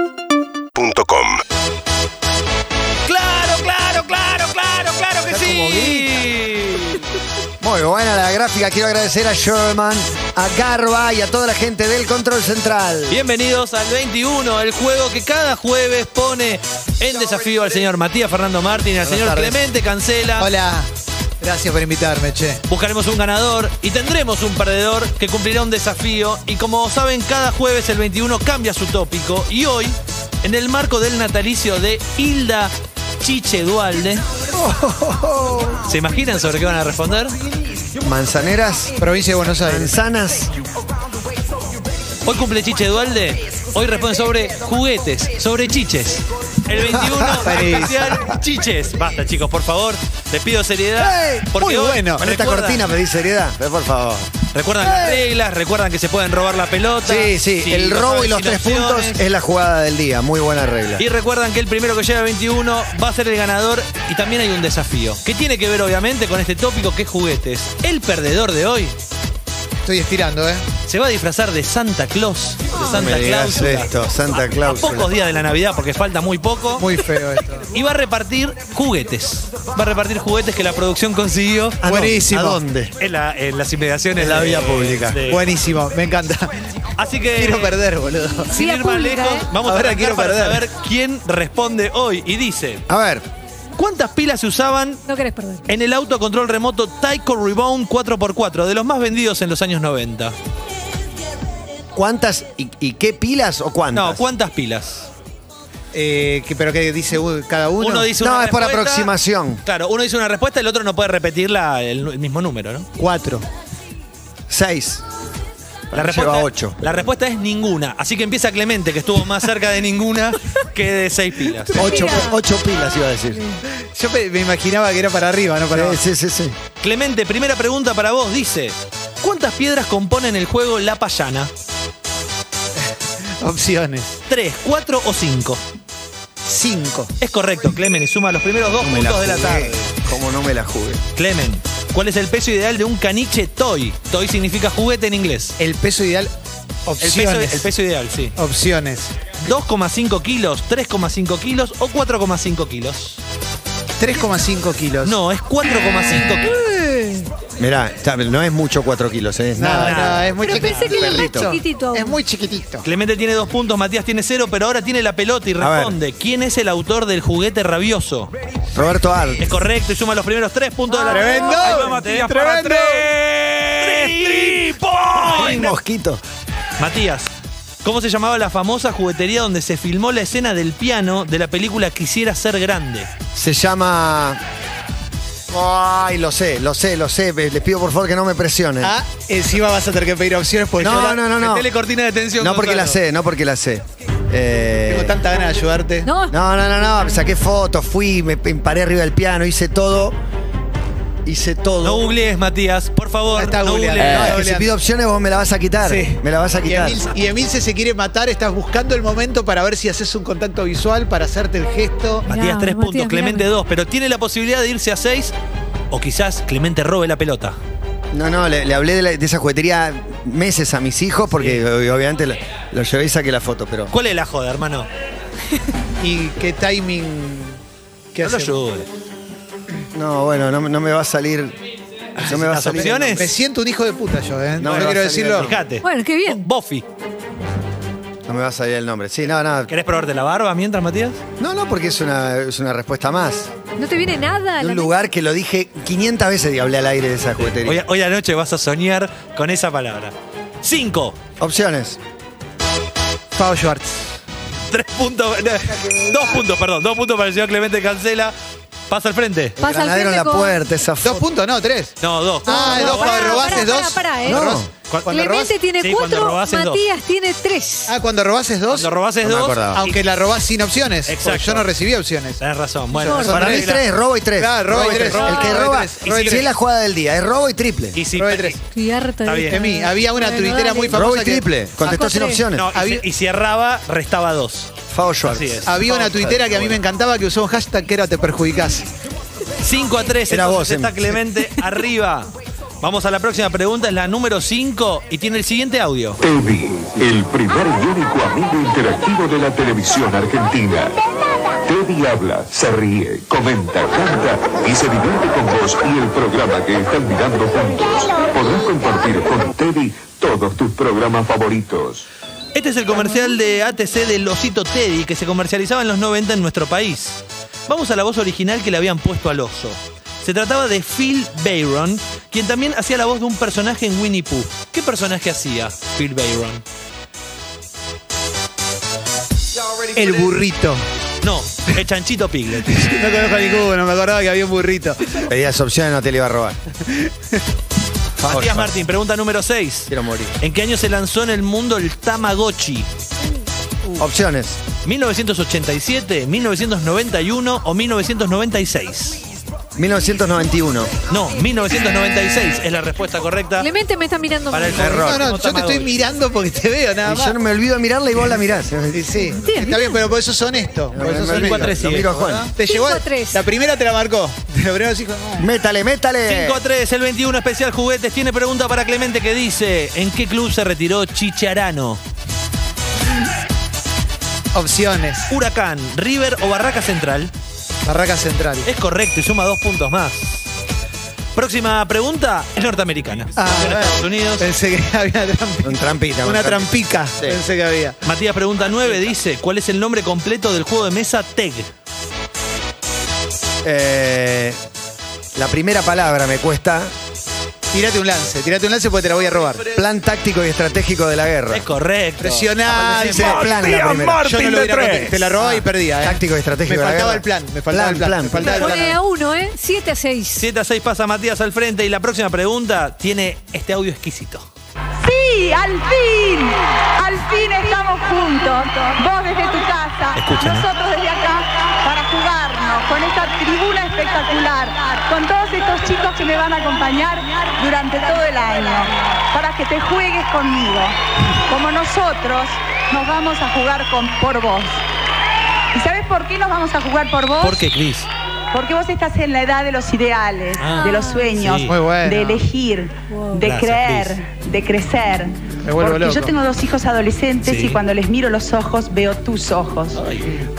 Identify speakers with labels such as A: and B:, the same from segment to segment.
A: UrbanaPlayFM.com
B: Claro, claro, claro, claro, claro que
C: Está como
B: sí.
C: Muy buena la gráfica. Quiero agradecer a Sherman, a Garba y a toda la gente del Control Central.
B: Bienvenidos al 21, el juego que cada jueves pone en desafío al señor Matías Fernando Martín, al señor
C: tardes.
B: Clemente Cancela.
C: Hola. Gracias por invitarme, che.
B: Buscaremos un ganador y tendremos un perdedor que cumplirá un desafío. Y como saben, cada jueves el 21 cambia su tópico. Y hoy, en el marco del natalicio de Hilda Chiche Dualde,
C: Oh,
B: ¿se imaginan sobre qué van a responder?
C: Manzaneras,
D: Provincia de Buenos Aires.
C: manzanas.
B: Hoy cumple Chiche Dualde. Hoy responden sobre juguetes, sobre chiches. El 21 especial chiches. Basta, chicos, por favor. Les pido seriedad.
C: ¡Ey!
B: porque
D: Muy
B: hoy
D: bueno.
C: Con esta
B: recuerdan-
C: cortina pedí seriedad, pero por favor.
B: Recuerdan las reglas, recuerdan que se pueden robar la pelota.
C: Sí, sí,
B: Si
C: el
B: no
C: robo y
B: saben
C: los
B: si
C: tres
B: opciones.
C: puntos eh. es la jugada del día. Muy buena regla.
B: Y recuerdan que el primero que llega a 21 va a ser el ganador y también hay un desafío, que tiene que ver obviamente con este tópico que es juguetes. El perdedor de hoy
D: Estoy estirando, ¿eh?
B: se va a disfrazar de Santa Claus, de
C: No
B: Santa
C: me digas
B: Claus.
C: esto, Santa
B: A
C: Claus.
B: Ah, pocos días de la Navidad, porque falta muy poco.
D: Muy feo esto.
B: y va a repartir juguetes. Va a repartir juguetes que la producción consiguió
C: ¿A dónde?
D: Buenísimo.
C: Ah, ¿A dónde?
B: en, la- en las inmediaciones
C: En la
B: de-
C: vía pública.
B: de-
D: Buenísimo, me encanta.
B: Así que
D: Quiero perder, boludo.
B: Sin ir más lejos, vamos
D: Ahora
B: a arrancar
D: quiero
B: para
D: perder.
B: saber quién responde hoy. Y dice,
C: A ver,
B: ¿cuántas pilas se usaban
E: No querés perder.
B: en el auto a control remoto Tyco Rebound 4x4, de los más vendidos en los años 90?
C: ¿cuántas y, y qué pilas o cuántas?
B: No, ¿cuántas pilas?
D: Eh, que- pero que dice u- cada uno.
B: Uno dice
C: No,
B: una
C: es por
B: respuesta.
C: aproximación.
B: Claro, uno dice una respuesta, el otro no puede repetirla el, el mismo número, ¿no?
D: Cuatro.
C: Seis.
B: La
C: Lleva
B: respuesta,
C: ocho.
B: la respuesta es ninguna. Así que empieza Clemente, que estuvo más cerca de ninguna que de seis pilas.
C: Ocho,
E: Mira.
C: ocho pilas iba a decir.
D: Yo pe- me imaginaba que era para arriba, no para abajo.
C: Sí, sí, sí. sí.
B: Clemente, primera pregunta para vos. Dice, ¿cuántas piedras componen el juego La Payana?
D: Opciones.
B: ¿Tres, cuatro o cinco?
D: Cinco.
B: Es correcto, Clemen, y suma los primeros dos
C: Me la
B: puntos de la
C: jugué,
B: tarde.
C: Como no me la jugué.
B: Clemen, ¿cuál es el peso ideal de un caniche toy? Toy significa juguete en inglés.
D: El peso ideal.
B: El peso,
D: Opciones.
B: el peso ideal, sí.
D: Opciones.
B: 2,5 kilos, 3,5 kilos o 4,5 kilos.
D: 3,5 kilos.
B: No, es 4,5 kilos.
C: Mirá, está- no es mucho 4 kilos, ¿eh?
D: No,
C: Nada.
D: no, es muy
E: Pero
D: chiquitito.
E: pensé que era más
C: Perrito.
E: chiquitito. aún.
D: Es muy chiquitito.
B: Clemente tiene dos puntos, Matías tiene cero, pero ahora tiene la pelota y
C: A ver.
B: responde. ¿Quién es el autor del juguete rabioso?
C: Roberto Al.
B: Es correcto y suma los primeros tres puntos de la
D: ¡Tremendo!
B: Ahí va Matías para
D: ¡Tremendo!
B: tres. ¡Tres!
C: Un mosquito.
B: Matías, ¿cómo se llamaba la famosa juguetería donde se filmó la escena del piano de la película Quisiera ser grande?
C: Se llama. Ay, lo sé, lo sé, lo sé. Pe- Les pido por favor que no me presionen.
D: Ah, encima vas a tener que pedir opciones porque
C: No,
D: yo la-
C: no, no, no.
B: Metele cortina de tensión.
C: No porque la
B: Gonzalo.
C: sé, no porque la sé. Eh,
D: tengo tanta ganas de ayudarte.
E: No,
C: No, no, no, no. Saqué fotos, fui, me pe- paré arriba del piano, hice todo. Hice todo.
B: No googlees, Matías, por favor.
D: Ah, está
B: no
D: googleando.
C: No,
B: googlees.
C: es que si pido opciones vos me la vas a quitar.
D: Sí.
C: Me la vas a
D: Y
C: quitar.
D: Emil- Y Emilce se quiere matar, estás buscando el momento para ver si haces un contacto visual, para hacerte el gesto.
B: Matías,
E: Mirá,
B: tres
E: Matías,
B: puntos, Clemente,
E: mirá.
B: dos, pero tiene la posibilidad de irse a seis o quizás Clemente robe la pelota.
C: No, no, le, le hablé de, la- de esa juguetería meses a mis hijos porque ob- obviamente lo, lo llevé y saqué la foto, pero.
B: ¿Cuál es la joda, hermano?
D: Y qué timing que
B: No lo
D: hace.
B: ayudes.
C: No, bueno, no, me- no me va a salir.
D: Ah,
C: No me va a
B: ¿Las
C: salir.
B: opciones?
D: Me siento un hijo de puta yo, ¿eh? No, quiero
C: No, no va a salir
D: decirlo.
C: nunca.
B: Fíjate.
E: Bueno, qué bien.
B: Bo- Bofi.
C: No me va a salir el nombre. Sí, no, no.
B: ¿Querés probarte la barba mientras, Matías?
C: No, no, porque es una, es una respuesta más.
E: no te viene nada. a
C: De
E: la
C: un lugar que lo dije 500 veces y hablé al aire de esa juguetería.
B: Hoy, hoy a la noche vas a soñar con esa palabra. Cinco.
C: Opciones.
D: Pau Schwartz.
B: Tres puntos. no, dos puntos, perdón. Dos puntos para el señor Clemente Cancela. Pasa al frente.
C: El
E: Pasa al
C: ganadero en la
E: frente con-
C: puerta, esa
D: Dos
C: foto.
D: puntos, no, tres.
B: No, dos.
D: Ah,
E: No,
D: dos
E: pará,
D: cuando robás es
E: pará,
D: dos.
E: pará, pará, eh.
D: Cuando
C: No.
D: robás-
B: Cuando
D: cuando robás-
E: Clemente tiene
B: Sí, cuando
E: cuatro,
B: robás es dos.
E: Matías tiene tres.
D: Ah, cuando robás es dos.
B: Cuando robás es
C: No me
B: dos.
C: acordaba.
D: Aunque la robás sin opciones. porque
B: Exacto.
D: Yo no recibí opciones.
B: Tenés razón. Bueno,
E: Por
B: para
C: Para
E: favor.
C: mí
B: mí
C: tres, robo y tres.
D: Claro, robo y tres.
C: El que
D: Robo y
C: roba.
D: tres, robo y
C: Si
D: tres.
C: es la jugada del día, es robo y triple.
B: Y si,
D: Robe tres.
E: Estoy harta
B: Está
E: de
B: bien.
E: esto.
D: Emi, había una
E: Bueno,
D: tuitera
E: dale.
D: muy famosa.
C: Robo y
D: que-
C: triple.
E: Sacó
C: Contestó sin
E: tres.
C: opciones.
B: No, y,
D: Había-
B: si, y si erraba, restaba dos.
C: Fao Schwartz. Ah.
B: Así es.
D: Había una tuitera que a mí me encantaba que usó un hashtag que era te perjudicás.
B: 5 a 3.
C: Era
B: entonces
C: vos,
B: Está
C: Em.
B: Clemente arriba. Vamos a la próxima pregunta, es la número 5 y tiene el siguiente audio.
A: Eddie, el primer y único amigo interactivo de la televisión argentina. Teddy habla, se ríe, comenta, canta y se divierte con vos y el programa que están mirando juntos. Podrás compartir con Teddy todos tus programas favoritos.
B: Este es el comercial de ATC del osito Teddy que se comercializaba en los 90 en nuestro país. Vamos a la voz original que le habían puesto al oso. Se trataba de Phil Bayron, quien también hacía la voz de un personaje en Winnie Pooh. ¿Qué personaje hacía Phil Bayron?
D: El burrito.
B: No, el chanchito Piglet.
D: No conozco a ninguno, me acordaba que había un burrito.
C: Pedías opciones, no te le iba a robar.
B: Matías Martín, pregunta número 6.
C: Quiero morir.
B: ¿En qué año se lanzó en el mundo el Tamagotchi?
C: Opciones.
B: ¿1987, 1991 o 1996?
C: 1991.
B: No, 1996 es la respuesta correcta.
E: Clemente me está mirando
B: Para
E: mal.
B: el
D: No,
C: Error.
D: no, yo te estoy mirando porque te veo nada
C: Y yo
D: más.
C: no me olvido de mirarla y vos la mirás.
D: Sí, sí. Está bien, pero por eso es honesto. Por eso es
C: Me- me-
D: honesto.
B: cuatro,
C: lo miro a Juan.
D: Te
E: Cinco
D: llegó.
E: a tres.
D: La primera te la marcó. La primera dijo, no.
C: Métale, métale.
B: 5 a 3, el 21 especial juguetes. Tiene pregunta para Clemente que dice: ¿En qué club se retiró Chicharano?
D: Opciones.
B: ¿Huracán, River o Barraca Central?
D: Barraca Central.
B: Es correcto y suma dos puntos más. Próxima pregunta es norteamericana. Nació en
D: bueno.
B: Estados Unidos.
D: Pensé que había trampi-
C: Un trampita.
D: una
C: un trampita.
D: trampica. Pensé que había.
B: Matías pregunta 9 dice: ¿Cuál es el nombre completo del juego de mesa TEG?
C: Eh, la primera palabra me cuesta.
D: Tírate un lance, tírate un lance porque te la voy a robar.
C: Plan táctico y estratégico de la guerra.
B: Es correcto.
D: Presioná,
C: Dice
D: dice.
C: plan la primera.
D: Yo no lo hubiera contestado. Te la robaba y perdía, ¿eh?
C: Táctico y estratégico
D: Me
C: de la
D: faltaba
C: guerra.
D: el plan, me faltaba el plan.
C: Plan,
D: me
C: plan.
D: faltaba el
E: Pone
D: plan.
E: a uno, ¿eh? 7 a 6.
B: 7 a 6 pasa Matías al frente y la próxima pregunta tiene este audio exquisito.
F: Sí, al fin, al fin estamos juntos. Vos desde tu casa,
B: Escuchen, ¿eh?
F: nosotros desde acá, para jugarnos con esta tribuna espectacular, con todos estos chicos que me van a acompañar durante todo el año, para que te juegues conmigo, como nosotros nos vamos a jugar con, por vos. ¿Y sabes por qué nos vamos a jugar por vos?
B: ¿Por qué, Cris?
F: Porque vos estás en la edad de los ideales,
B: Ah,
F: de los sueños,
B: sí.
D: Muy bueno.
F: de elegir, de
B: Gracias,
F: creer, de crecer.
D: Me vuelvo
F: Porque yo
D: loco.
F: tengo dos hijos adolescentes
B: Sí.
F: y cuando les miro los ojos veo tus ojos.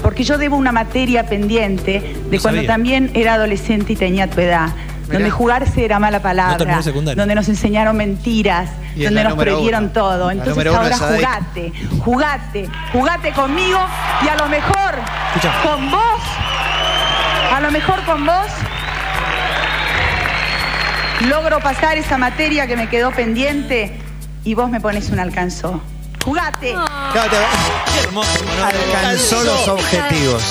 F: Porque yo debo una materia pendiente de
B: No
F: cuando
B: sabía.
F: también era adolescente y tenía tu edad. Donde jugarse era mala palabra,
B: terminó secundaria.
F: donde nos enseñaron mentiras,
D: Y es
F: donde
D: la
F: nos
D: número
F: prohibieron
D: uno.
F: todo.
D: La
F: Entonces
D: número uno
F: ahora
D: es Adec.
F: jugate, jugate, jugate conmigo y a lo mejor
B: Escucha.
F: con vos, a lo mejor con vos logro pasar esa materia que me quedó pendiente y vos me pones un alcanzó. Jugate.
D: Claro, te-
B: Qué hermoso monólogo.
C: Alcanzó los objetivos.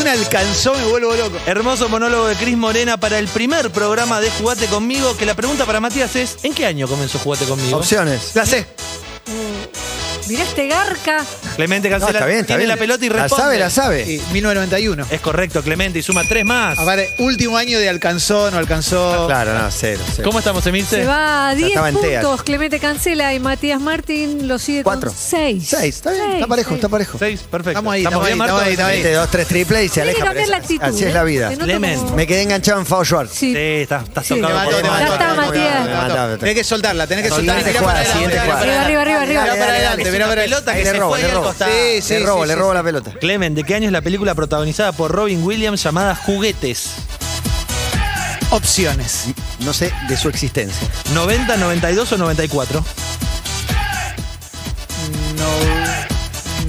D: Un alcanzó, me vuelvo loco.
B: Hermoso monólogo de Cris Morena para el primer programa de Jugate conmigo. Que la pregunta para Matías es: ¿en qué año comenzó Jugate conmigo?
C: Opciones.
D: La sé.
E: Mirá este garca.
B: Clemente
C: No,
B: cancela.
C: está bien, está
B: tiene
C: bien.
B: la pelota y
C: La
B: responde.
C: sabe, la sabe.
D: Sí, 1991.
B: Es correcto, Clemente, y suma tres más.
D: Aparte, último año de alcanzó, no alcanzó.
C: Ah, Claro, no, cero. cero.
B: ¿Cómo estamos, Emilce?
E: Se va a
C: Ya
E: 10
C: estaba en teas.
E: puntos. Clemente cancela y Matías Martín lo sigue
C: Cuatro.
E: con 6.
C: Seis, está bien, está parejo, está parejo.
B: Seis, perfecto.
D: Estamos ahí, estamos ahí,
B: Marto?
D: estamos ahí, estamos ahí.
C: Mete dos, tres triples y se
E: Tiene que
C: aleja.
E: cambiar
C: pero
E: la
C: es-
E: actitud.
C: Así es
E: ¿eh?
C: la vida.
E: Se nota
B: Clemente.
E: como-
C: Me quedé enganchado en Fao Schwartz.
E: Sí.
B: Sí, estás, estás
E: Sí.
B: tocado
E: Te
B: por
E: mató, te
B: Marto.
E: mató. está, Matías.
D: Tenés que soltarla, tenés que
C: Siguiente
D: soltarla. Mirá
C: jugada,
D: para
C: siguiente
D: adelante, mirá
C: jugada.
D: para
E: Arriba, arriba,
D: adelante,
E: arriba,
D: mirá
E: arriba.
D: para adelante, mirá
B: Una
D: para
B: pelota
D: adelante.
B: que
C: Ahí le
B: se
C: robo,
B: fue
C: le
B: al
C: robo.
B: costado.
D: Sí, sí,
C: Le
D: sí,
C: robo,
D: sí,
C: le
D: sí.
C: robo la pelota.
B: Clemente, ¿de qué año es la película protagonizada por Robin Williams llamada Juguetes?
D: Opciones.
C: No sé de su existencia.
B: ¿90, 92 o 94?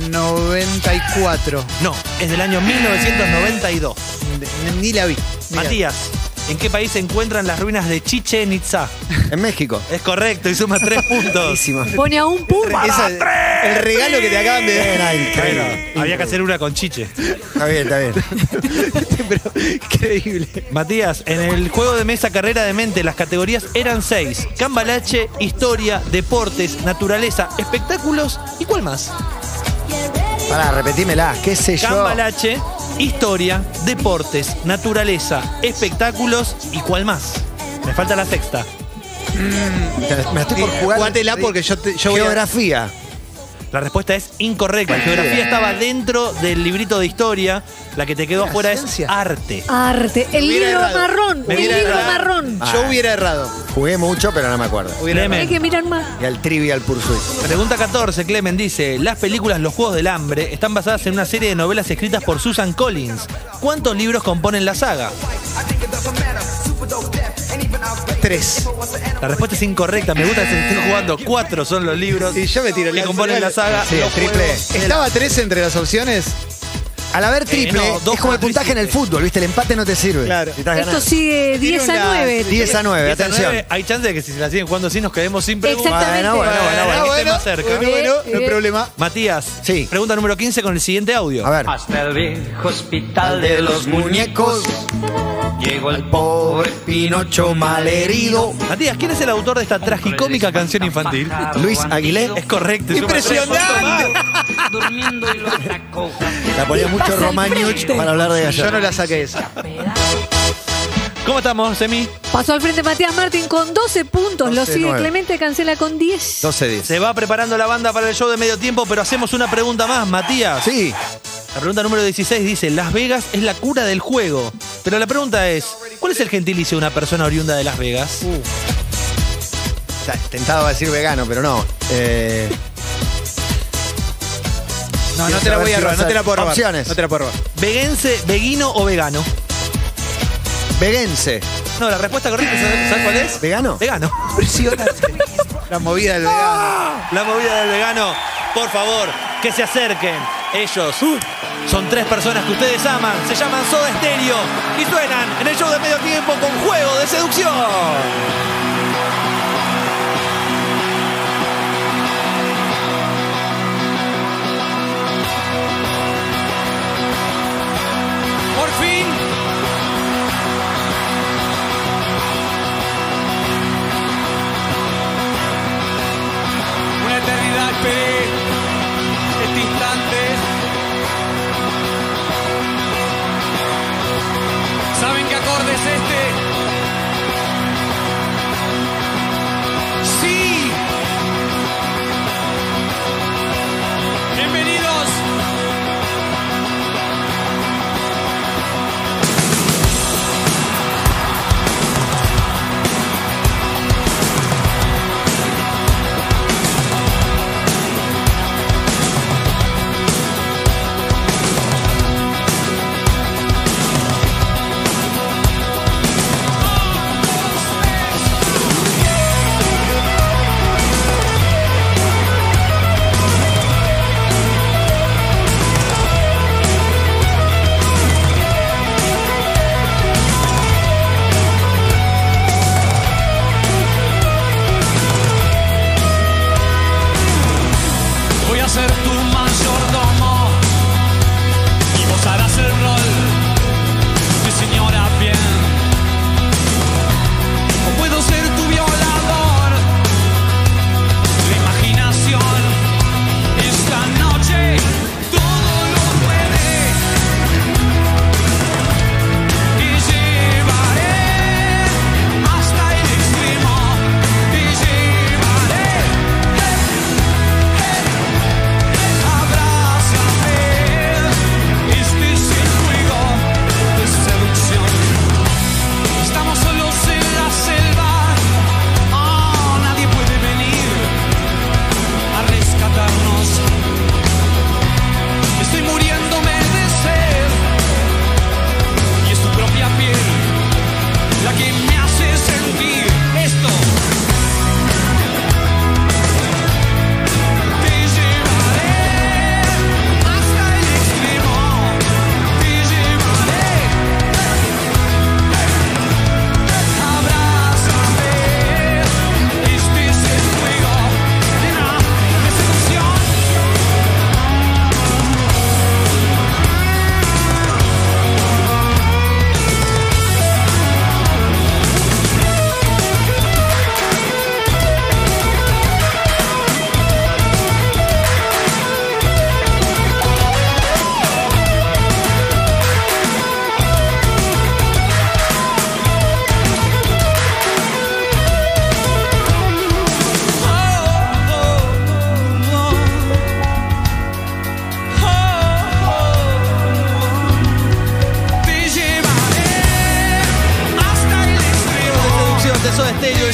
D: No, 94.
B: No, es del año 1992.
D: De- Ni la vi. ni la vi.
B: Matías, ¿en qué país se encuentran las ruinas de Chichen Itza?
C: En México.
B: Es correcto y suma tres puntos.
C: Buenísimo.
E: Pone a un punto.
D: Esa- el regalo que te acaban de dar.
C: Era increíble.
B: Bueno, había que hacer una con Chiche.
C: Está bien, está bien.
D: Pero, increíble.
B: Matías, en el juego de mesa Carrera de Mente, las categorías eran seis: cambalache, historia, deportes, naturaleza, espectáculos y cuál más?
C: Pará, repetímela. ¿Qué sé yo?
B: Cambalache, historia, deportes, naturaleza, espectáculos y cuál más. Me falta la sexta.
C: Me estoy por jugar.
D: Eh, Jugátela porque yo, te- yo voy a...
C: Geografía.
B: La respuesta es incorrecta. Geografía estaba dentro del librito de historia. La que te quedó
D: Era
B: afuera es
D: ciencia.
B: arte.
E: Ah, Arte. El
D: Hubiera
E: libro
D: errado.
E: marrón.
D: Me
E: El
D: hubiera
E: libro
D: errado. Ah,
E: marrón.
D: Yo hubiera errado.
C: Jugué mucho, pero no me acuerdo.
D: Hubiera
B: Clemen.
E: Hay que mirar más.
C: Y al Trivial Pursuit.
B: Pregunta 14, Clemen dice, las películas Los Juegos del Hambre están basadas en una serie de novelas escritas por Susan Collins. ¿Cuántos libros componen la saga?
D: errado. Tres.
B: La respuesta es incorrecta, me gusta que se estén jugando. Cuatro son los libros
D: Y yo me tiro
B: que
D: la-
B: componen la saga.
C: Sí,
B: Los
C: triple.
B: Juegos del
D: ¿Estaba tres entre las opciones?
C: Al haber triple,
B: no, dos,
C: es como el
B: cuatro y
C: puntaje en el
B: siete.
C: fútbol, ¿viste? El empate no te sirve.
D: Claro.
C: Necesitas ganar.
E: Esto sigue 10 a
D: una-
E: 9.
C: 10 a 9,
B: Esta
C: atención.
B: nueve, Hay chance de que si se la siguen jugando así nos quedemos sin preguntas.
E: Exactamente.
C: Bueno, bueno, bueno,
B: Bueno,
D: Ah,
B: que esté
D: bueno,
B: más cerca.
D: bueno, bueno, no hay
E: Eh, eh.
D: problema.
B: Matías,
C: Sí.
B: pregunta número 15 con el siguiente audio.
C: A ver.
G: Hasta el viejo hospital de los muñecos llegó el
C: pobre Pinocho malherido.
B: Matías, ¿quién es el autor de esta tragicómica canción infantil?
C: Luis Aguilé.
B: Es correcto. suma tres
D: ¡Impresionante!
B: puntos más.
G: Durmiendo y los sacó.
C: La ponía
E: Y
C: mucho
E: pasa al
C: Romagnoli
E: frente.
C: para hablar de gallo.
D: Yo no la saqué esa.
B: ¿Cómo estamos, Semi?
E: Pasó al frente Matías Martín con 12 puntos. Lo
C: 12,
E: sigue
C: nueve.
E: Clemente Cancela con 10.
C: 12 10.
B: Se va preparando la banda para el show de medio tiempo, pero hacemos una pregunta más, Matías.
C: Sí.
B: La pregunta número 16 dice, Las Vegas es la cura del juego. Pero la pregunta es, ¿cuál es el gentilicio de una persona oriunda de Las Vegas?
D: Uh,
C: Está Tentado a decir vegano, pero no. Eh,
D: No, no
C: quiero
D: te la
C: saber
D: voy a
C: si
D: robar,
C: vas
D: no te la puedo robar.
C: Opciones.
D: No te la puedo robar.
B: ¿Veguense, veguino o vegano?
C: Veguense.
B: No, la respuesta correcta, ¿sabes sabes cuál es?
C: ¿Vegano?
B: Vegano.
D: Impresionante. La movida del vegano.
B: La movida del vegano, por favor, que se acerquen. Ellos
D: Uh.
B: son tres personas que ustedes aman, se llaman Soda Stereo y suenan en el show de medio tiempo con Juego de Seducción. Por fin
H: Una eternidad esperé este instante. ¿Saben qué acorde es este?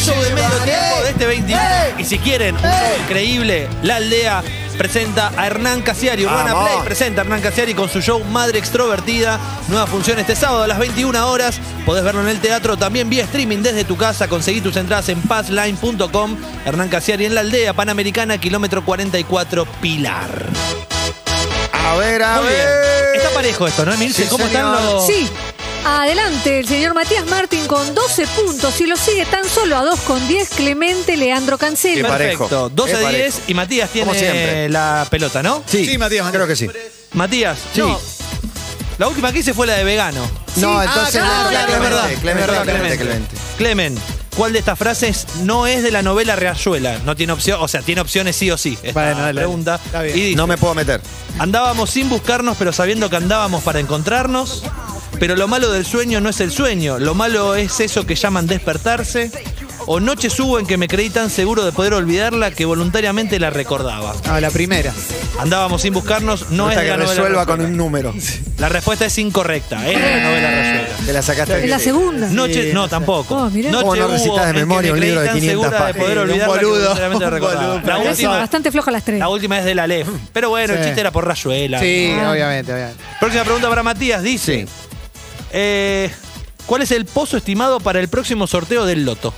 I: este Oh,
B: este Si quieren un show increíble, la aldea presenta a Hernán Casiari. Urbana
C: Vamos.
B: Play presenta a Hernán Casiari con su show Madre Extrovertida. Nueva función este sábado a las 21 horas. Podés verlo en el teatro también vía streaming desde tu casa. Conseguí tus entradas en passline.com. Hernán Casiari en la aldea panamericana, kilómetro 44, Pilar.
C: A ver, a
B: Muy bien.
C: ver.
B: Está parejo esto, ¿no, Emilce?
C: Sí,
B: ¿Cómo están
C: señor.
B: los.?
E: Sí. Adelante, el señor Matías Martín con 12 puntos y lo sigue tan solo a 2 con 10 Clemente Leandro
C: Qué
E: Cancelo.
C: pareja.
B: Perfecto.
C: parejo.
B: 12
C: Es
B: a
C: parejo.
B: 10 y Matías
C: Como
B: tiene
C: siempre.
B: la pelota, ¿no?
C: Sí,
D: Sí, Matías,
C: Creo que sí.
B: Matías, no, la última que hice fue la de vegano.
C: No,
D: Sí.
C: entonces.
D: Ah, claro,
C: Clemente,
D: claro,
B: verdad.
C: Clemente, Clemente,
B: Verdad,
C: Clemente,
B: Clemente. Clemen,
C: Clemente.
B: ¿cuál de estas frases no es de la novela Riachuela? No tiene opción, o sea, tiene opciones sí o sí. Esta
D: Bueno, dale.
B: pregunta.
D: Está bien.
B: Y dice,
C: No me puedo meter.
B: Andábamos sin buscarnos, pero sabiendo que andábamos para encontrarnos. Pero lo malo del sueño no es el sueño, lo malo es eso que llaman despertarse. O noches hubo en que me creí tan seguro de poder olvidarla que voluntariamente la recordaba.
D: No, la primera.
B: Andábamos sin buscarnos, no es
C: Hasta
B: de
C: que
B: la novela.
C: resuelva
B: Riachuela.
C: con un número.
B: La respuesta es incorrecta, es de la novela Riachuela.
C: Te la sacaste.
E: En la segunda.
B: Noche, no,
D: no sé.
B: tampoco.
E: Oh, mirá.
B: Noche
C: ¿Cómo no
B: hubo
C: recitas de
B: en que
C: memoria
B: me
C: un
B: creí
C: libro de
B: tan
C: 500
B: segura de
C: páginas?
B: poder
D: Sí, un
B: olvidarla que
D: boludo,
B: voluntariamente
D: un
B: recordaba.
D: boludo.
B: La
D: Pero
B: última,
E: Bastante floja las tres.
B: la última es de la Lef. Pero bueno, el
D: Sí.
B: chiste era por Rayuela.
D: Sí, obviamente, obviamente.
B: Próxima pregunta para Matías, dice. eh, ¿Cuál es el pozo estimado para el próximo sorteo del loto?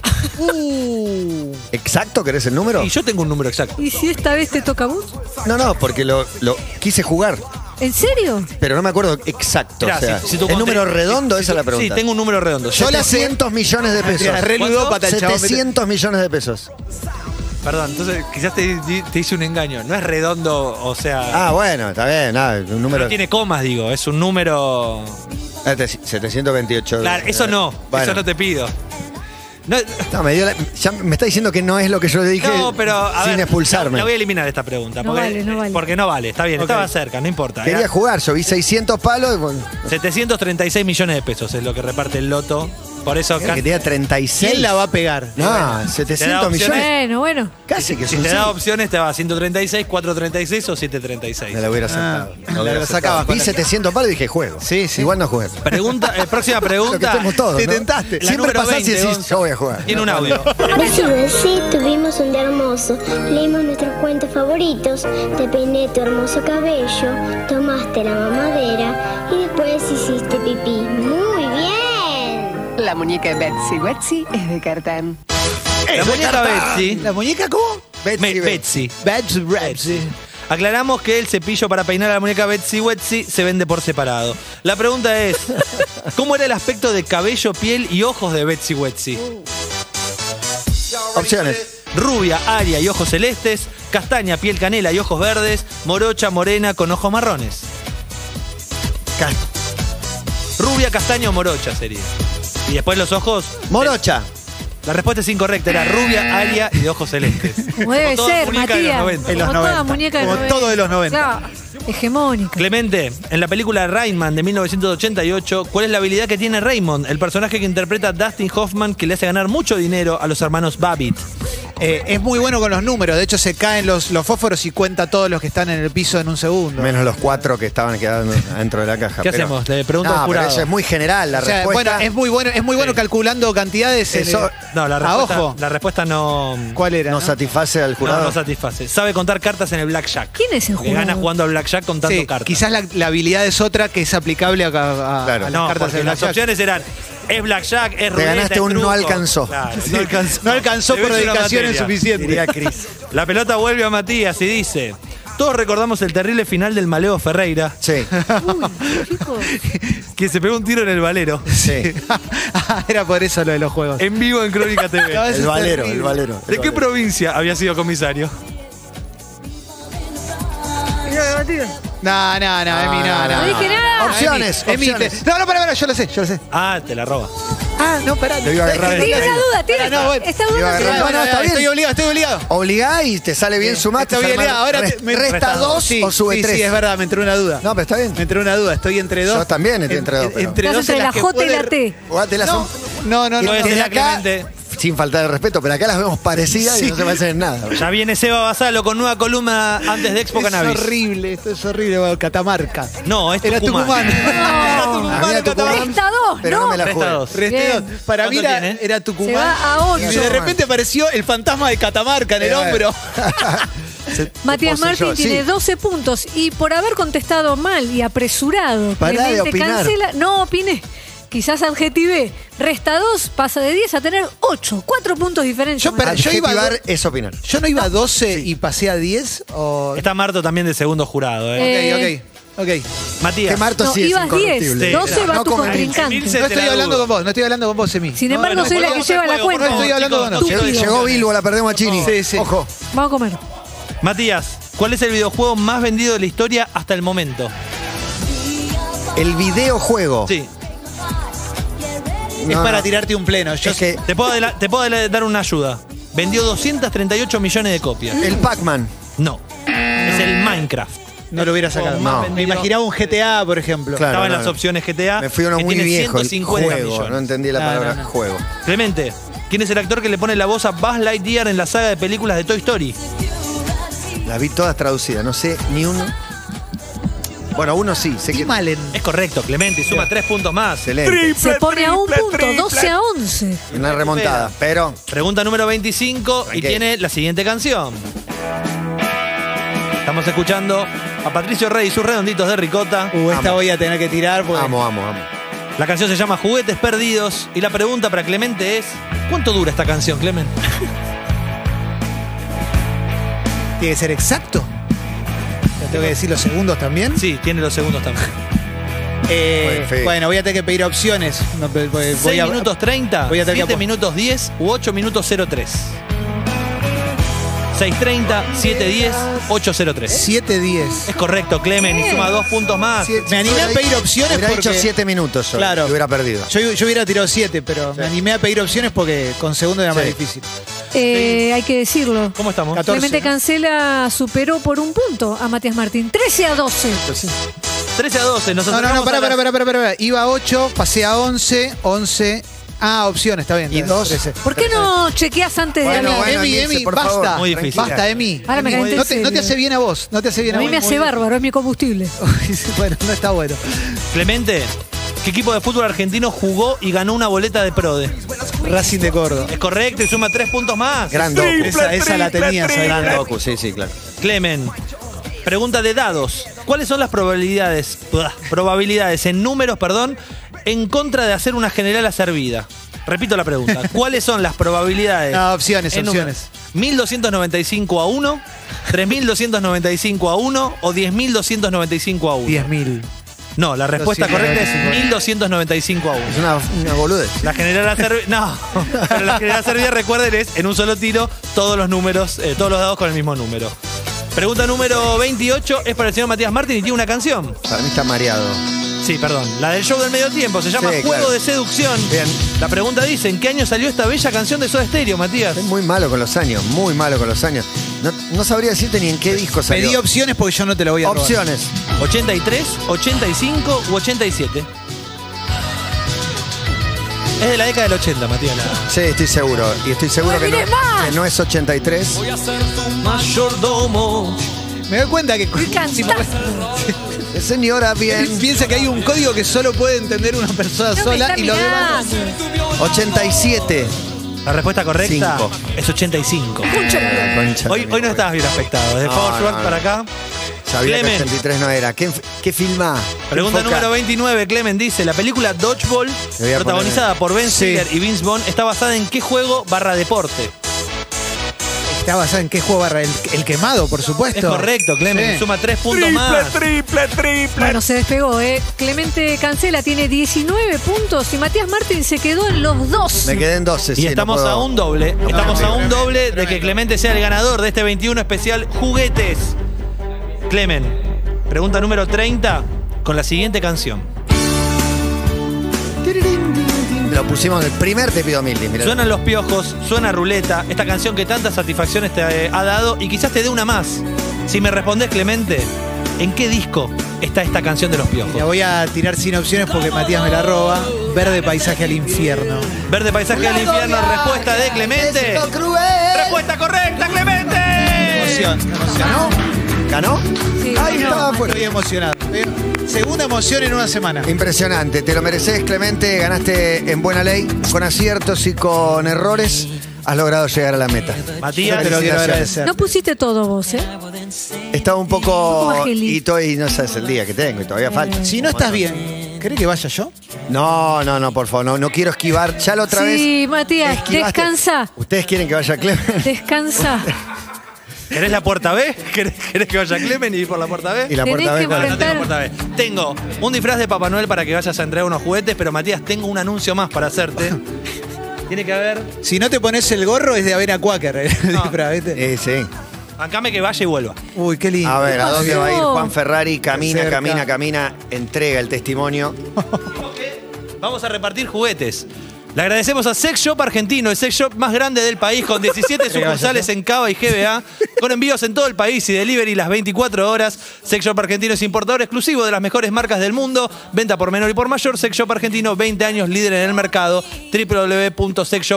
C: ¿Exacto? ¿Querés el número?
B: Y yo tengo un número exacto.
E: ¿Y si esta vez te toca a vos?
C: No, no, porque lo, lo quise jugar,
E: ¿En serio?
C: pero no me acuerdo exacto.
B: Mirá,
C: o sea,
B: si- si tu
C: el
B: conte-
C: número redondo,
B: si- si
C: esa es
B: tu-
C: la pregunta.
B: Sí, tengo un número redondo.
C: Yo la 700 millones de pesos.
D: Era re
B: ¿Cuánto?
D: ludópata el chabón.
C: 700 millones de pesos.
B: Perdón, entonces quizás te, te hice un engaño. No es redondo, o sea.
C: Ah, bueno, está bien, nada, un número.
B: no tiene comas, digo. Es un número.
C: Ah, te- 728.
B: Claro, eso no.
C: eh, Bueno.
B: Eso no te pido. No,
C: No, me dio la- ya me está diciendo que no es lo que yo le dije
B: no, pero. A
C: sin
B: ver,
C: expulsarme.
B: La voy a eliminar esta pregunta.
E: No
B: Porque
E: vale, no vale.
B: porque no vale, está bien, estaba cerca, no importa.
C: Quería
B: Era
C: jugar, yo vi 600 palos. y Bueno,
B: 736 millones de pesos es lo que reparte el loto. Por eso,
C: que
B: casi-
C: tenía 36.
D: ¿Quién la va a pegar?
C: No, 700
B: opciones.
C: millones.
E: Bueno, bueno.
C: Casi que
B: si
C: son
B: te da
C: seis.
B: opciones, te va a 136, 436 o 736.
C: Me la hubiera
D: Ah,
C: sacado.
D: la
C: hubiera
D: sacabas
C: sacado.
D: con
C: Vi
D: la-
C: 700 palos y dije juego.
D: Sí, sí.
C: Igual no jugué.
B: Pregunta, eh, próxima
C: Lo que
B: pregunta.
C: hacemos todos.
D: Te
C: ¿no?
B: La
D: tentaste.
C: Siempre
B: número
C: pasás
B: 20,
C: y decís,
B: Gonza.
C: yo voy a jugar.
B: Tiene un audio.
I: Resumen, sí, tuvimos un día hermoso. Leímos nuestros cuentos favoritos. Te peiné tu hermoso cabello. Tomaste la mamadera. Y después hiciste pipí. Muy bien.
F: La muñeca de Betsy Betsy es de cartán.
C: Eh,
B: La muñeca Betsy.
D: ¿La muñeca cómo?
C: Betsy,
B: Me-
C: Betsy.
B: Betsy.
D: Betsy Betsy.
B: Aclaramos que el cepillo para peinar a la muñeca Betsy Wetsy se vende por separado. La pregunta es, ¿cómo era el aspecto de cabello, piel y ojos de Betsy Wetsy?
C: Opciones.
B: Rubia, aria y ojos celestes, castaña, piel canela y ojos verdes, morocha, morena con ojos marrones.
C: Cas-
B: Rubia, castaña o morocha sería. Y después los ojos.
C: Morocha.
B: La respuesta es incorrecta, era rubia, aria y de ojos celestes.
E: Como debe
B: toda
E: ser,
B: muñeca de los
E: Matías.
B: 90.
D: En los
E: Como toda
D: 90.
E: muñeca de
D: Como
E: los 90.
D: todo de los 90.
E: Claro, hegemónica.
B: Clemente, en la película Rayman de 1988, ¿cuál es la habilidad que tiene Raymond, el personaje que interpreta a Dustin Hoffman que le hace ganar mucho dinero a los hermanos Babbitt?
D: Eh, es muy bueno con los números. De hecho, se caen los, los fósforos y cuenta todos los que están en el piso en un segundo.
C: Menos los cuatro que estaban quedando dentro de la caja.
B: ¿Qué
C: pero-
B: hacemos? Le pregunto
C: No,
B: al
C: pero
B: jurado.
C: ella es muy general la
D: O sea,
C: respuesta.
D: bueno, es muy bueno, es muy bueno calculando cantidades. en
C: Eso-
D: el-
B: No, la
D: a
B: respuesta,
D: ojo.
B: La respuesta no, no,
D: ¿Cuál era?
C: no,
D: no?
C: satisface al jurado.
B: no satisface. Sabe contar cartas en el blackjack.
E: ¿Quién es el
B: Que gana
E: jurado?
B: jugando al blackjack contando
D: Sí,
B: cartas.
D: quizás la, la habilidad es otra que es aplicable a, a- a
C: Claro.
D: las
B: no,
D: cartas
B: porque
D: de
B: las
D: blackjack.
B: opciones eran es blackjack, es ruleta,
C: ganaste
B: es
C: un no
B: truco.
C: alcanzó.
B: Claro,
D: Sí, no alcanzó
B: Te
D: por
B: ves una
D: dedicación
B: materia.
D: insuficiente.
C: Diría Cris.
B: La pelota vuelve a Matías y dice, todos recordamos el terrible final del Maleo Ferreira,
C: Sí,
E: Uy, chicos.
B: que se pegó un tiro en el valero.
C: sí.
D: Era por eso lo de los juegos.
B: En vivo en Crónica TV.
D: No, eso
C: El
D: es
C: valero,
D: terrible.
C: el valero. el
B: ¿De qué
C: valero.
B: provincia había sido comisario?
D: No, no, no, Emi, no, no.
E: No dije nada.
C: Opciones,
D: Emi, Emi,
C: opciones.
D: te- No, no, pará, pará, yo lo sé, yo lo sé.
B: Ah, te la roba.
D: Ah, no, pará.
C: Lo iba a agarrar.
E: Tiene esa duda, tiene
D: Pará, no, bueno.
E: esta
C: Iba a
E: duda.
C: agarrar-
E: sí.
C: No, no, está
D: Estoy
C: bien.
D: obligado, estoy obligado.
C: Obligá y te sale bien sumar.
D: Está bien, Lea, ahora te- me-
C: resta
D: resta
C: dos
D: Sí,
C: o sube
D: sí,
C: tres.
D: Sí, es verdad, me entró una duda.
C: No, pero está bien.
D: Me entró una duda, estoy entre dos.
C: Yo también estoy entre dos, pero-
E: Estás
D: en
E: entre la
D: las que
E: J y la
D: puede-
E: T.
C: Jugátela
D: No,
C: son-
D: no,
B: No
D: no. no.
B: es
C: Desde
B: la
C: acá,
B: Clemente.
C: sin faltar de respeto, pero acá las vemos parecidas y no se parecen en nada.
B: Ya viene Seba Basalo con nueva columna antes de Expo
D: es
B: Cannabis.
D: horrible, esto es horrible, bueno, Catamarca.
B: No, es
D: Era
B: Tucumán.
D: Tucumán. Era Tucumán,
C: A mí a Tucumán,
D: Catamarca.
E: Resta dos,
C: pero no,
E: ¿no?
C: me la
B: Resta
C: jugué.
B: dos.
D: Resta
E: Bien.
D: dos. Para mí
B: ¿Cuánto
D: era,
B: tiene?
D: era
E: Se
D: Tucumán.
E: va a
D: y
E: ocho.
D: de repente apareció el fantasma de Catamarca en el
C: Eh, bueno.
D: hombro.
C: Se-
E: Matías
C: se poseyó,
E: Martín
C: sí.
E: tiene 12 puntos y por haber contestado mal y apresurado,
C: Pará de
E: Clemente
C: opinar.
E: cancela. No opiné. Quizás adjetivé. Resta 2, pasa de 10 a tener 8. 4 puntos diferentes.
D: Yo
E: Matías.
D: Pará, yo iba a-
C: Adjetivar es opinar.
D: Yo no iba a 12 y pasé a 10 o...
B: Está Marto también de segundo jurado, ¿eh?
E: Eh,
D: Ok, ok, ok.
B: Matías.
C: Que Marto
E: No,
C: sí es
E: ibas 10,
C: incorruptible.
E: 12 va
C: No
E: tu
C: como Emil.
E: contrincante.
B: Emil se-
D: No estoy
B: la
D: hablando
B: dudo.
D: con vos, no estoy hablando con vos, Emi.
E: Sin
B: No,
E: embargo,
B: no,
E: soy la que
B: volvamos al
E: lleva la
B: juego,
E: cuenta.
B: no
D: estoy hablando con
B: chicos,
C: Llegó,
E: Estúpido.
C: llegó Bilbo, la perdemos a Chini.
D: Sí, sí.
C: Ojo.
E: Vamos a comer.
B: Matías, ¿cuál es el videojuego más vendido de la historia hasta el momento?
C: El videojuego.
B: Sí.
D: es
C: No,
D: para
C: no.
D: tirarte un pleno. Yo
C: Ah. Es que
B: Te puedo, adela- te puedo adela- dar una ayuda. Vendió 238 millones de copias.
C: el Pac-Man.
B: No. Es el Minecraft.
D: no lo hubiera sacado.
C: No.
D: Me imaginaba un GTA, por ejemplo.
C: Claro,
B: Estaba en
C: no,
B: las
C: no.
B: opciones
D: Ah,
B: GTA.
C: Me fui a uno
B: que
C: muy
B: tiene
C: viejo. el
B: 150
C: juego,
B: millones.
C: No entendí la
D: No,
C: palabra
D: no, no.
C: juego.
B: Clemente, ¿quién es el actor que le pone la voz a Buzz Lightyear en la saga de películas de Toy Story?
C: Las vi todas traducidas, no sé ni uno. Bueno, uno sí, sé que.
D: Tim Allen.
B: Es correcto, Clemente, y suma tres puntos más.
C: Excelente.
E: Se pone a un punto, 12 a 11.
C: Una remontada, pero.
B: Pregunta número 25 y
C: Tranquilo.
B: tiene la siguiente canción. Estamos escuchando a Patricio Rey y sus redonditos de ricota.
D: Uh, esta
C: Amo.
D: voy a tener que tirar porque
C: Amo, amo, amo.
B: La canción se llama Juguetes Perdidos y la pregunta para Clemente es, ¿cuánto dura esta canción, Clemente?
D: tiene que ser exacto. Te tengo que decir los segundos también.
B: Sí, tiene los segundos también.
D: Eh,
C: Buen fe.
D: bueno, voy a tener que pedir opciones. No, pe- pe- voy
B: 6
D: a-
B: minutos 30,
D: voy a tener que
B: 7
D: apo-
B: minutos 10 u 8 minutos 03. 6.30, 7.10, 8.03.
D: 7-10.
B: Es correcto, Clemen, y suma dos puntos más.
C: Siete-
D: Me animé a pedir opciones
C: Hubiera
D: porque-
C: dicho siete minutos hoy,
D: Claro.
C: y hubiera perdido.
D: Yo, yo hubiera tirado 7, pero me animé a pedir opciones porque con segundo era más
C: Sí.
D: difícil.
E: Eh, hay que decirlo.
B: ¿Cómo estamos?
D: 14,
E: Clemente
D: ¿no?
E: Cancela superó por un punto a Matías Martín. 13 a 12.
B: 13 a 12, nos
D: No, no, no,
B: acercamos
D: pará,
B: a la-
D: pará, pará, pará, pará. Iba a 8, pasé a 11, 11. Ah, opciones, está bien.
C: Y dos.
D: Trece.
E: ¿Por qué no chequeas antes de
C: Bueno,
E: hablar? eh?
C: bueno,
D: Emi,
C: Nielsen,
D: Emi,
C: por
D: basta.
C: favor.
B: Muy difícil.
D: Basta, Emi.
E: Ahora me calenté
D: no, te,
E: el
D: no te
E: cerebro.
D: hace bien a vos, no te hace bien a,
E: A mí
D: vos.
E: me hace bárbaro, es mi combustible.
D: bueno, no está bueno.
B: Clemente, ¿qué equipo de fútbol argentino jugó y ganó una boleta de Prode?
D: Racing de Córdoba.
B: Es correcto y suma tres puntos más.
C: Gran docu.
D: Esa, esa la tenías. ahí.
C: Gran docu, sí, sí, claro.
B: Clemen, pregunta de dados. ¿Cuáles son las probabilidades, buah, probabilidades en números, perdón, en contra de hacer una general a servida? Repito la pregunta. ¿Cuáles son las probabilidades?
D: No, opciones,
B: en
D: opciones.
B: números? 1295 a 1, 3295 a 1 o 10295 a 1.
D: 10.000.
B: No, la respuesta correcta es 1295 a 1.
C: Es
D: Ah,
C: una, una boludez.
B: La general Acerbi- No, pero la general Acerbi, recuerden, es en un solo tiro todos los números, eh, todos los dados con el mismo número. Pregunta número 28 es para el señor Matías Martín y tiene una canción.
C: Para mí está mareado.
B: Sí, perdón. La del show del medio tiempo se llama
C: Sí,
B: Juego
C: claro.
B: de Seducción.
C: Bien.
B: La pregunta dice: ¿En qué año salió esta bella canción de Soda Stereo, Matías?
C: Es muy malo con los años, muy malo con los años. No, no sabría decirte ni en qué disco salió.
D: Pedí opciones porque yo no te la voy a robar.
C: Opciones.
B: ¿83, 85 u 87? Es de la década del 80, Matías. la-
C: Sí, estoy seguro. Y estoy seguro
E: No
C: que no,
E: mires más.
C: que no es 83.
B: Mayordomo.
D: Me doy cuenta que
E: Y cantaste.
C: Señora, bien.
D: piensa que hay un código que solo puede entender una persona
E: No me
D: sola
E: está
D: y lo demás.
E: mirando.
C: 87.
B: La respuesta correcta
C: Cinco.
B: es 85.
C: La Eh, concha de
B: Hoy,
C: mi
B: hoy no
C: madre.
B: estabas bien afectado. Desde
C: No,
B: Power
C: no,
B: Rock
C: no.
B: para acá.
C: Sabía
B: Clemen.
C: que 83 no era. ¿Qué, qué filmá?
B: Pregunta
C: Enfoca.
B: número 29. Clemen dice: La película Dodgeball,
C: voy a
B: protagonizada
C: poner-
B: por Ben
D: Sí.
B: Stiller y Vince Vaughn, está basada en qué juego barra deporte.
D: Está basada en qué juego barra el, el quemado, por supuesto.
B: Es correcto, Clemen.
D: Sí.
B: Suma tres puntos más.
E: Bueno, se despegó, ¿eh? Clemente Cancela tiene 19 puntos y Matías Martín se quedó en los dos. Eh,
C: Me quedé en 12.
B: Y estamos a un doble. estamos a un doble de que Clemente sea el ganador de este 21 especial Juguetes. Clemen, pregunta número 30 con la siguiente canción.
C: Lo pusimos en el primer Te pido mil. Mirá.
B: Suenan los piojos, suena ruleta, esta canción que tantas satisfacciones te eh, ha dado y quizás te dé una más. Si me respondes, Clemente, ¿En qué disco está esta canción de los piojos?
D: La voy a tirar sin opciones porque Matías me la roba. Verde paisaje al infierno.
B: Verde paisaje al infierno, respuesta de Clemente. Respuesta correcta, Clemente.
D: Emoción, emoción.
C: ¿Ganó? ¿Ganó?
E: Sí,
C: Ahí
E: ganó.
C: estaba fuera.
D: Estoy emocionado. Estoy- Segunda emoción en una semana.
C: Em, Impresionante, te lo mereces, Clemente. Ganaste en buena ley, con aciertos y con errores. Has logrado llegar a la meta.
D: Yo
B: Matías,
D: te lo quiero agradecer.
E: No pusiste todo vos, ¿eh?
C: Estaba un
E: Un poco
C: poco.
E: agilito.
C: Y, to- y no sabes el día que tengo, y todavía falta.
D: Si no estás bien, ¿crees que vaya yo?
C: No, no, no, por favor, no, no quiero esquivar. Ya la otra vez.
E: Sí, Matías,
C: esquivaste.
E: descansa.
C: Ustedes quieren que vaya Clemente
E: Descansa.
B: ¿querés la puerta B? ¿Querés, querés que vaya Clemen y ir por la puerta B?
C: y la
E: Tenés
C: puerta
E: que
C: B con
B: No, no
C: la-
B: tengo puerta B. Tengo un disfraz de Papá Noel para que vayas a entregar unos juguetes, pero Matías, tengo un anuncio más para hacerte. Tiene que haber.
D: Si no te pones el gorro es de avena cuáquer. el
B: No.
D: disfraz, ¿viste?
C: Eh, sí.
B: Bancame que vaya y vuelva.
D: Uy, qué lindo. Ah,
C: A ver, ¿a dónde
E: pasó?
C: va a ir Juan Ferrari? Camina,
D: Cerca.
C: camina, camina. Entrega el testimonio.
B: Vamos a repartir juguetes. Le agradecemos a Sex Shop Argentino, el sex shop más grande del país, con 17 sucursales
D: ¿eh?
B: en Cava y GBA, con envíos en todo el país y delivery las 24 horas. Sex Shop Argentino es importador exclusivo de las mejores marcas del mundo. Venta por menor y por mayor. Sex Shop Argentino, 20 años líder en el mercado.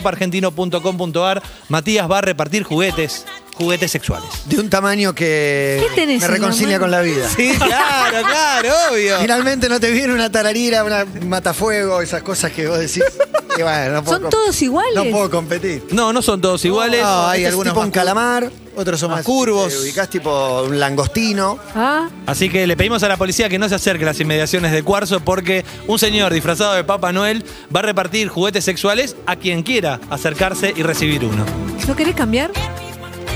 B: www.sexshopargentino.com.ar. Matías va a repartir juguetes, juguetes sexuales.
C: De un tamaño que
E: ¿Qué tenés
C: me
E: en la
C: reconcilia
E: mano?
C: con la vida.
D: Sí, claro, claro, obvio.
C: Finalmente no te viene una tararira, una matafuego, esas cosas que vos decís. Y bueno, no puedo
E: ¿Son
C: com-
E: todos iguales?
C: No puedo competir.
B: No, no son todos iguales.
D: No, hay
C: Este es
D: algunos
C: tipo
D: más
C: un calamar,
D: Otros son más
C: Ah,
D: curvos.
C: Te ubicás tipo un langostino.
E: Ah,
B: Así que le pedimos a la policía que no se acerque a las inmediaciones de Cuarzo porque un señor disfrazado de Papá Noel va a repartir juguetes sexuales a quien quiera acercarse y recibir uno.
E: ¿no querés cambiar?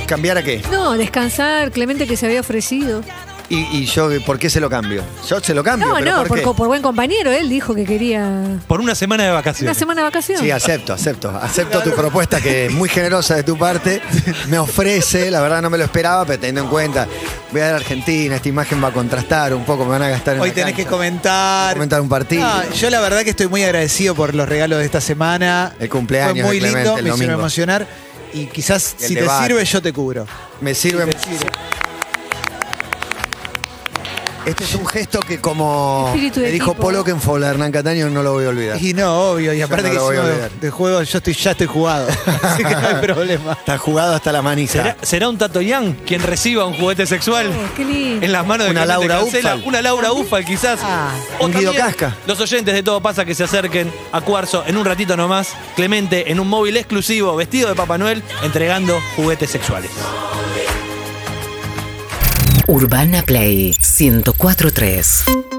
C: ¿Cambiar a qué?
E: No, descansar, Clemente que se había ofrecido.
C: Y, y yo, ¿por qué se lo cambio? Yo se lo cambio,
E: No,
C: pero
E: no,
C: ¿por,
E: por,
C: qué?
E: co- por buen compañero, él dijo que quería
B: Por una semana de
E: una
B: vacaciones.
E: semana de vacaciones.
C: Sí, acepto, acepto. Acepto tu propuesta que es muy generosa de tu parte. Me ofrece, la verdad no me lo esperaba, pero teniendo en cuenta, voy a ver a Argentina, esta imagen va a contrastar un poco, me van a gastar en
D: Hoy
C: la
D: tenés que
C: cancha.
D: comentar.
C: Comentar un partido.
D: Ah, yo la verdad que estoy muy agradecido por los regalos de esta semana.
C: El cumpleaños
D: Fue muy
C: de Clemente
D: lindo,
C: el
D: me hicieron
C: domingo.
D: emocionar. Y quizás
C: Y el
D: si te
C: debate.
D: sirve, yo te cubro.
C: Me sirve. Este es un gesto que como
E: Espíritu de
C: le dijo
E: equipo.
C: Polo que en Hernán Cataño no lo voy a olvidar.
D: Y no, obvio. Y aparte
C: no lo voy
D: que
C: a
D: encima de,
C: olvidar.
D: de juego, yo estoy, ya estoy jugado. así que no hay problema.
C: Está jugado hasta la
B: ¿Será,
C: manija.
B: será un Tato Yang quien reciba un juguete sexual?
E: Oh, qué lindo.
B: En las manos de
C: Una
B: Clemente
C: Laura
B: Cancela,
C: Ufal.
B: Una Laura Ufal, quizás.
D: Ah,
B: O
C: un Guido
B: también
C: Casca.
B: Los oyentes de Todo Pasa que se acerquen a Cuarzo en un ratito nomás. Clemente en un móvil exclusivo, vestido de Papá Noel, entregando juguetes sexuales.
J: Urbana Play 1043.